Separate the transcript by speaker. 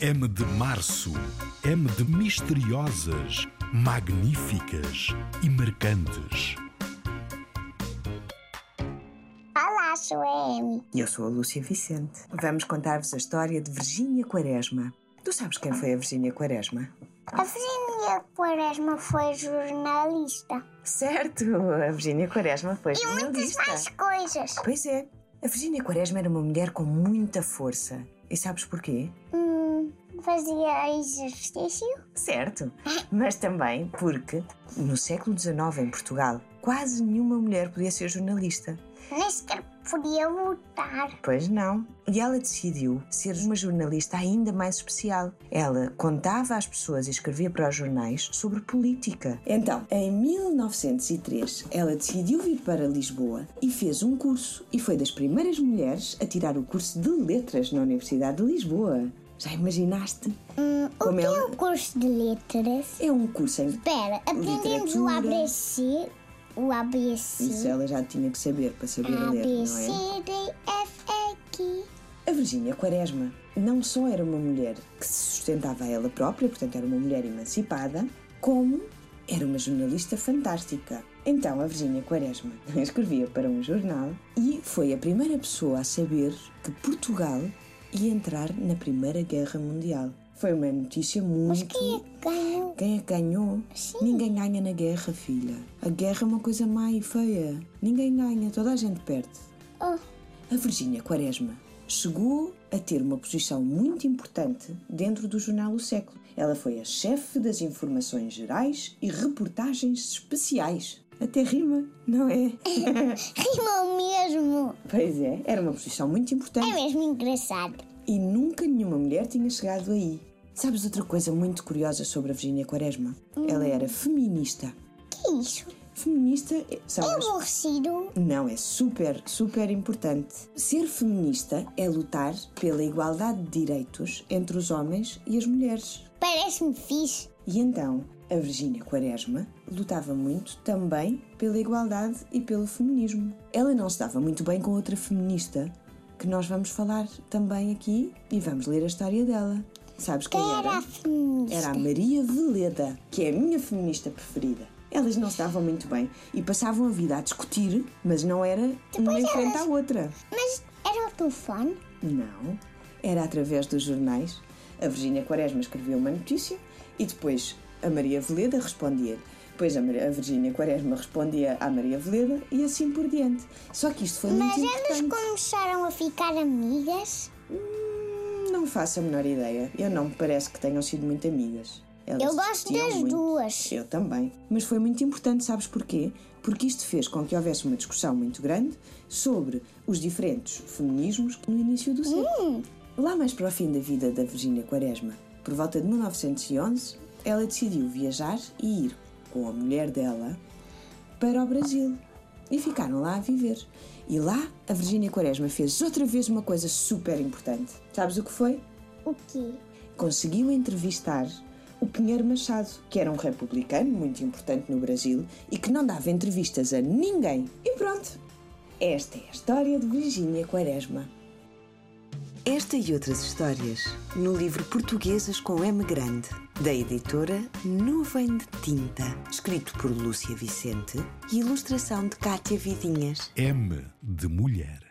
Speaker 1: M de março, M de misteriosas, magníficas e marcantes.
Speaker 2: Olá, sou a Amy.
Speaker 3: E Eu sou a Lúcia Vicente. Vamos contar-vos a história de Virgínia Quaresma. Tu sabes quem foi a Virgínia Quaresma?
Speaker 2: A Virginia Quaresma foi jornalista.
Speaker 3: Certo, a Virgínia Quaresma foi
Speaker 2: E muitas mais coisas.
Speaker 3: Pois é, a Virgínia Quaresma era uma mulher com muita força. E sabes porquê?
Speaker 2: Hum, fazia exercício?
Speaker 3: Certo, mas também porque no século XIX em Portugal quase nenhuma mulher podia ser jornalista.
Speaker 2: Nem sequer podia lutar.
Speaker 3: Pois não. E ela decidiu ser uma jornalista ainda mais especial. Ela contava às pessoas e escrevia para os jornais sobre política. Então, em 1903, ela decidiu vir para Lisboa e fez um curso e foi das primeiras mulheres a tirar o curso de letras na Universidade de Lisboa. Já imaginaste?
Speaker 2: Hum, o
Speaker 3: Como
Speaker 2: que é
Speaker 3: ela-
Speaker 2: o curso de letras?
Speaker 3: É um curso em
Speaker 2: Espera, aprendemos o
Speaker 3: Literatura.
Speaker 2: ABC, o
Speaker 3: isso
Speaker 2: ABC,
Speaker 3: ela já tinha que saber para saber ler, não é?
Speaker 2: ABC, D, F, E, Q.
Speaker 3: A Virgínia Quaresma não só era uma mulher que se sustentava a ela própria, portanto era uma mulher emancipada, como era uma jornalista fantástica. Então a Virgínia Quaresma escrevia para um jornal e foi a primeira pessoa a saber que Portugal ia entrar na Primeira Guerra Mundial. Foi uma notícia muito.
Speaker 2: Mas quem é que ganhou?
Speaker 3: Quem é que ganhou?
Speaker 2: Sim.
Speaker 3: Ninguém ganha na guerra, filha. A guerra é uma coisa má e feia. Ninguém ganha, toda a gente perde.
Speaker 2: Oh,
Speaker 3: A Virgínia Quaresma chegou a ter uma posição muito importante dentro do jornal O Século. Ela foi a chefe das informações gerais e reportagens especiais. Até rima, não é?
Speaker 2: rimou mesmo.
Speaker 3: pois é, era uma posição muito
Speaker 2: É
Speaker 3: importante
Speaker 2: mesmo engraçado.
Speaker 3: e nunca nenhuma mulher tinha chegado aí. Sabes outra coisa muito curiosa sobre a Virgínia Quaresma? Ela era feminista.
Speaker 2: Que isso?
Speaker 3: Feminista eh, são as
Speaker 2: Aborrecido.
Speaker 3: Não, é super, super importante. Ser feminista é lutar pela igualdade de direitos entre os homens e as mulheres.
Speaker 2: Parece-me fixe.
Speaker 3: E então, a Virgínia Quaresma lutava muito também pela igualdade e pelo feminismo. Ela não se dava muito bem com outra feminista, que nós vamos falar também aqui e vamos ler a história dela. Sabes quem
Speaker 2: Era a
Speaker 3: era?
Speaker 2: feminista.
Speaker 3: Era a Maria Veleda, que é a minha feminista preferida. Elas não se davam muito bem e passavam a vida a discutir, mas não era uma em frente à outra.
Speaker 2: Mas era o telefone?
Speaker 3: Não, era através dos jornais. A Virgínia Quaresma escrevia uma notícia e depois a Maria Veleda respondia. Depois a, Mar- a Virgínia Quaresma respondia à Maria Veleda e assim por diante. Só que isto foi
Speaker 2: Mas
Speaker 3: muito
Speaker 2: elas
Speaker 3: importante.
Speaker 2: começaram a ficar amigas?
Speaker 3: Hum, Não faço a menor ideia. Eu não me parece que tenham sido muito amigas. Elas
Speaker 2: Eu gosto
Speaker 3: discutiam
Speaker 2: das
Speaker 3: muito.
Speaker 2: duas.
Speaker 3: Eu também. Mas foi muito importante, sabes porquê? Porque isto fez com que houvesse uma discussão muito grande sobre os diferentes feminismos no início do século.
Speaker 2: Hum.
Speaker 3: Lá mais para o fim da vida da Virgínia Quaresma, por volta de 1911, ela decidiu viajar e ir com a mulher dela para o Brasil. E ficaram lá a viver. E lá a Virgínia Quaresma fez outra vez uma coisa super importante. Sabes o que foi?
Speaker 2: O quê?
Speaker 3: conseguiu entrevistar o Pinheiro Machado, que era um republicano muito importante no Brasil e que não dava entrevistas a ninguém. E pronto, esta é a história de Virgínia Quaresma.
Speaker 4: Esta e outras histórias no livro Portuguesas com M Grande, da editora Nuvem de Tinta, escrito por Lúcia Vicente e ilustração de Cátia Vidinhas.
Speaker 1: M de mulher.